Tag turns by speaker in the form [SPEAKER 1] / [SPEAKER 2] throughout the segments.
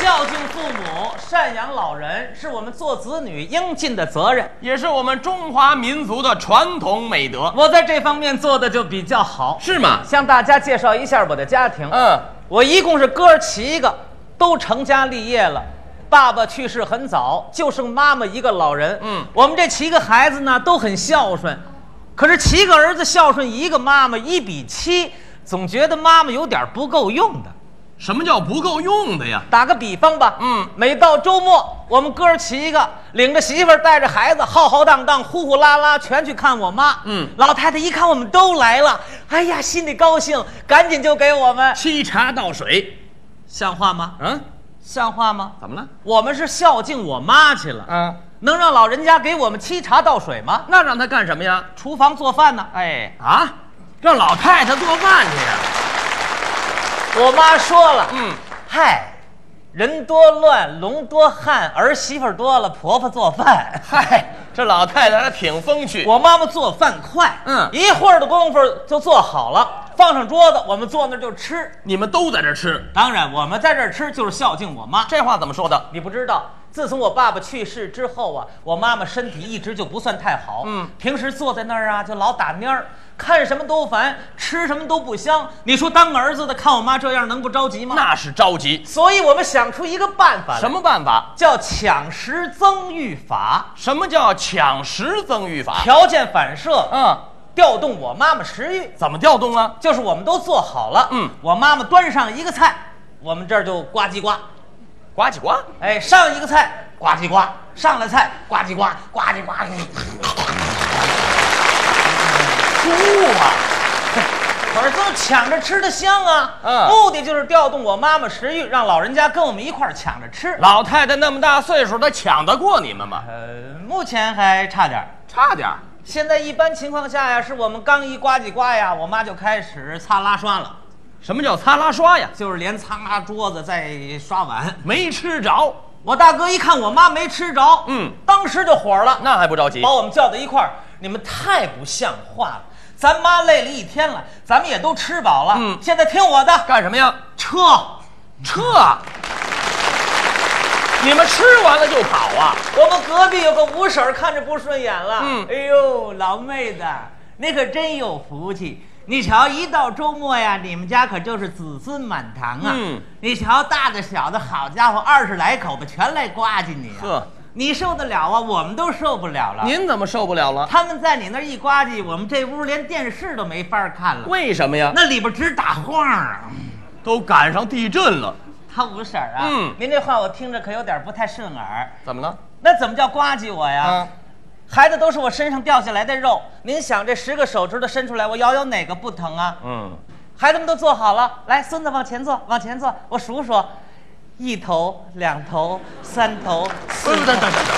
[SPEAKER 1] 孝敬父母、赡养老人，是我们做子女应尽的责任。
[SPEAKER 2] 也是我们中华民族的传统美德，
[SPEAKER 1] 我在这方面做的就比较好。
[SPEAKER 2] 是吗？
[SPEAKER 1] 向大家介绍一下我的家庭。
[SPEAKER 2] 嗯，
[SPEAKER 1] 我一共是哥儿七个，都成家立业了。爸爸去世很早，就剩妈妈一个老人。
[SPEAKER 2] 嗯
[SPEAKER 1] 我们这七个孩子呢都很孝顺，可是七个儿子孝顺一个妈妈一比七，总觉得妈妈有点不够用的。
[SPEAKER 2] 什么叫不够用的呀？
[SPEAKER 1] 打个比方吧，
[SPEAKER 2] 嗯
[SPEAKER 1] 每到周末，我们哥儿七个领着媳妇儿，带着孩子，浩浩荡荡，呼呼啦啦，全去看我妈。
[SPEAKER 2] 嗯
[SPEAKER 1] 老太太一看我们都来了，哎呀，心里高兴，赶紧就给我们
[SPEAKER 2] 沏茶倒水，
[SPEAKER 1] 像话吗？
[SPEAKER 2] 嗯，
[SPEAKER 1] 像话吗？
[SPEAKER 2] 怎么了？
[SPEAKER 1] 我们是孝敬我妈去了，
[SPEAKER 2] 啊，
[SPEAKER 1] 能让老人家给我们沏茶倒水吗？
[SPEAKER 2] 那让他干什么呀？
[SPEAKER 1] 厨房做饭呢？
[SPEAKER 2] 哎，啊，让老太太做饭去呀？
[SPEAKER 1] 我妈说了，
[SPEAKER 2] 嗯，
[SPEAKER 1] 嗨，人多乱，龙多汉，儿媳妇儿多了，婆婆做饭。
[SPEAKER 2] 嗨，这老太太还挺风趣。
[SPEAKER 1] 我妈妈做饭快，
[SPEAKER 2] 嗯
[SPEAKER 1] 一会儿的功夫就做好了，放上桌子，我们坐那儿就吃。
[SPEAKER 2] 你们都在这吃，
[SPEAKER 1] 当然，我们在这儿吃就是孝敬我妈。
[SPEAKER 2] 这话怎么说的？
[SPEAKER 1] 你不知道，自从我爸爸去世之后啊，我妈妈身体一直就不算太好。
[SPEAKER 2] 嗯
[SPEAKER 1] 平时坐在那儿啊，就老打蔫儿，看什么都烦，吃什么都不香。你说当儿子的看我妈这样，能不着急吗？
[SPEAKER 2] 那是着急。
[SPEAKER 1] 所以我们想出一个办法来，
[SPEAKER 2] 什么办法？
[SPEAKER 1] 叫抢食增育法，
[SPEAKER 2] 什么叫抢食增育法？
[SPEAKER 1] 条件反射，
[SPEAKER 2] 嗯，
[SPEAKER 1] 调动我妈妈食欲。
[SPEAKER 2] 怎么调动啊？
[SPEAKER 1] 就是我们都做好了，
[SPEAKER 2] 嗯
[SPEAKER 1] 我妈妈端上一个菜，我们这儿就呱唧呱，
[SPEAKER 2] 呱唧呱，
[SPEAKER 1] 哎，上一个菜呱唧呱，上了菜呱唧呱，呱唧呱，
[SPEAKER 2] 猪啊！
[SPEAKER 1] 可是都抢着吃的香啊，
[SPEAKER 2] 嗯
[SPEAKER 1] 目的就是调动我妈妈食欲，让老人家跟我们一块儿抢着吃。
[SPEAKER 2] 老太太那么大岁数，她抢得过你们吗？
[SPEAKER 1] 呃，目前还差点儿。
[SPEAKER 2] 差点儿。
[SPEAKER 1] 现在一般情况下呀，是我们刚一呱唧呱呀，我妈就开始擦拉刷了，
[SPEAKER 2] 什么叫擦拉刷呀？
[SPEAKER 1] 就是连擦桌子再刷碗。
[SPEAKER 2] 没吃着，
[SPEAKER 1] 我大哥一看我妈没吃着，
[SPEAKER 2] 嗯
[SPEAKER 1] 当时就火了，
[SPEAKER 2] 那还不着急
[SPEAKER 1] 把？我们叫到一块儿，你们太不像话了。咱妈累了一天了，咱们也都吃饱了，
[SPEAKER 2] 嗯
[SPEAKER 1] 现在听我的，
[SPEAKER 2] 干什么呀？
[SPEAKER 1] 撤。
[SPEAKER 2] 撤！你们吃完了就跑啊？
[SPEAKER 1] 我们隔壁有个吴婶儿看着不顺眼了，
[SPEAKER 2] 嗯
[SPEAKER 1] 哎呦，老妹子，你可真有福气。你瞧，一到周末呀，你们家可就是子孙满堂啊。
[SPEAKER 2] 嗯
[SPEAKER 1] 你瞧，大的小的，好家伙，二十来口吧，全来呱唧你、啊。
[SPEAKER 2] 呵
[SPEAKER 1] 你受得了啊？我们都受不了了。
[SPEAKER 2] 您怎么受不了了？
[SPEAKER 1] 他们在你那儿一呱唧，我们这屋连电视都没法看了。
[SPEAKER 2] 为什么呀？
[SPEAKER 1] 那里边直打晃啊儿。
[SPEAKER 2] 都赶上地震了，
[SPEAKER 1] 他五婶儿啊，
[SPEAKER 2] 嗯
[SPEAKER 1] 您这话我听着可有点不太顺耳。
[SPEAKER 2] 怎么了？
[SPEAKER 1] 那怎么叫呱唧我呀？
[SPEAKER 2] 啊，
[SPEAKER 1] 孩子都是我身上掉下来的肉，您想这十个手指头伸出来，我咬咬哪个不疼啊？
[SPEAKER 2] 嗯，
[SPEAKER 1] 孩子们都坐好了，来，孙子往前坐，往前坐，我数数，一头、两头、三头、四
[SPEAKER 2] 等等
[SPEAKER 1] 头
[SPEAKER 2] 等等，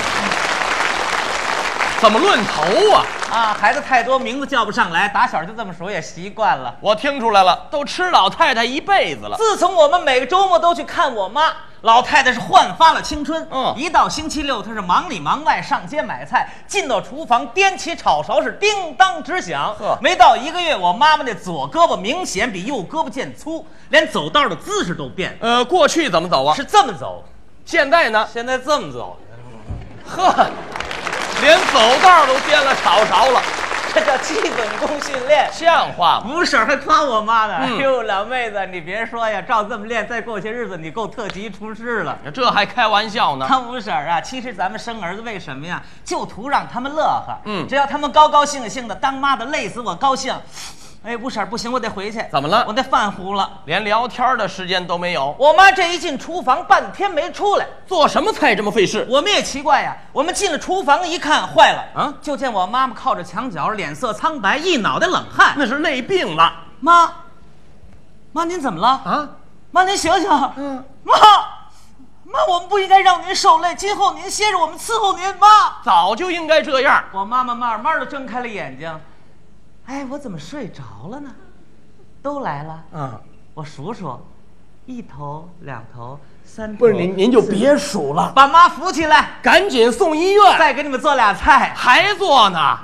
[SPEAKER 2] 怎么论头啊？
[SPEAKER 1] 啊！孩子太多，名字叫不上来，打小就这么数，也习惯了。
[SPEAKER 2] 我听出来了，都吃老太太一辈子了。
[SPEAKER 1] 自从我们每个周末都去看我妈，老太太是焕发了青春。
[SPEAKER 2] 嗯
[SPEAKER 1] 一到星期六，她是忙里忙外，上街买菜，进到厨房掂起炒勺是叮当直响。
[SPEAKER 2] 呵
[SPEAKER 1] 没到一个月，我妈妈那左胳膊明显比右胳膊见粗，连走道的姿势都变，
[SPEAKER 2] 呃，过去怎么走啊？
[SPEAKER 1] 是这么走，
[SPEAKER 2] 现在呢？
[SPEAKER 1] 现在这么走，
[SPEAKER 2] 呵，连走道都颠了炒勺了，
[SPEAKER 1] 这叫基本功训练。
[SPEAKER 2] 像话吗？
[SPEAKER 1] 吴婶儿还夸我妈呢，
[SPEAKER 2] 嗯
[SPEAKER 1] 哎呦，老妹子，你别说呀，照这么练，再过些日子你够特级厨师了。
[SPEAKER 2] 这还开玩笑呢？
[SPEAKER 1] 汤五婶儿啊，其实咱们生儿子为什么呀？就图让他们乐呵。
[SPEAKER 2] 嗯
[SPEAKER 1] 只要他们高高兴兴的，当妈的累死我高兴。哎，五婶儿不行，我得回去。
[SPEAKER 2] 怎么了
[SPEAKER 1] 我那饭糊了。
[SPEAKER 2] 连聊天的时间都没有，
[SPEAKER 1] 我妈这一进厨房，半天没出来。
[SPEAKER 2] 做什么菜这么费事？
[SPEAKER 1] 我们也奇怪呀，我们进了厨房一看，坏了
[SPEAKER 2] 啊
[SPEAKER 1] 就见我妈妈靠着墙角，脸色苍白，一脑袋冷汗。
[SPEAKER 2] 那是累病了
[SPEAKER 1] 妈，妈您怎么了？
[SPEAKER 2] 啊！
[SPEAKER 1] 妈您醒醒。
[SPEAKER 2] 嗯，
[SPEAKER 1] 妈，妈我们不应该让您受累，今后您歇着，我们伺候您。妈。
[SPEAKER 2] 早就应该这样。
[SPEAKER 1] 我妈妈慢慢的睁开了眼睛，哎，我怎么睡着了呢？都来了，
[SPEAKER 2] 嗯，
[SPEAKER 1] 我数数，一头、两头、三头。
[SPEAKER 2] 不是您，您就别数了，
[SPEAKER 1] 把妈扶起来，
[SPEAKER 2] 赶紧送医院。
[SPEAKER 1] 再给你们做俩菜。
[SPEAKER 2] 还做呢？